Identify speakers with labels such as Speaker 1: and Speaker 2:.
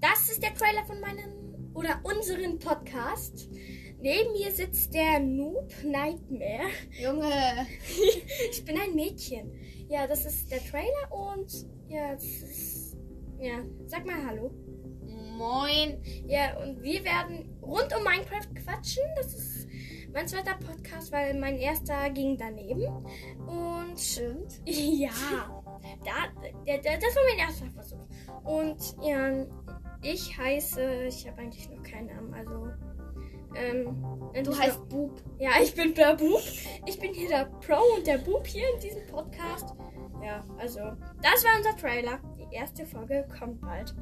Speaker 1: Das ist der Trailer von meinem oder unserem Podcast. Neben mir sitzt der Noob Nightmare.
Speaker 2: Junge.
Speaker 1: Ich bin ein Mädchen. Ja, das ist der Trailer und ja, das ist, ja, sag mal Hallo.
Speaker 2: Moin.
Speaker 1: Ja, und wir werden rund um Minecraft quatschen. Das ist mein zweiter Podcast, weil mein erster ging daneben. Und
Speaker 2: Stimmt.
Speaker 1: ja, da, da, da, das war mein erster Versuch. Und ja, ich heiße, ich habe eigentlich noch keinen Namen, also. Ähm, nenn
Speaker 2: Du
Speaker 1: mich
Speaker 2: heißt Bub.
Speaker 1: nur- Ja, ich bin der Bub. Ich bin hier der Pro und der Bub hier in diesem Podcast. Ja, also, das war unser Trailer. Die erste Folge kommt bald.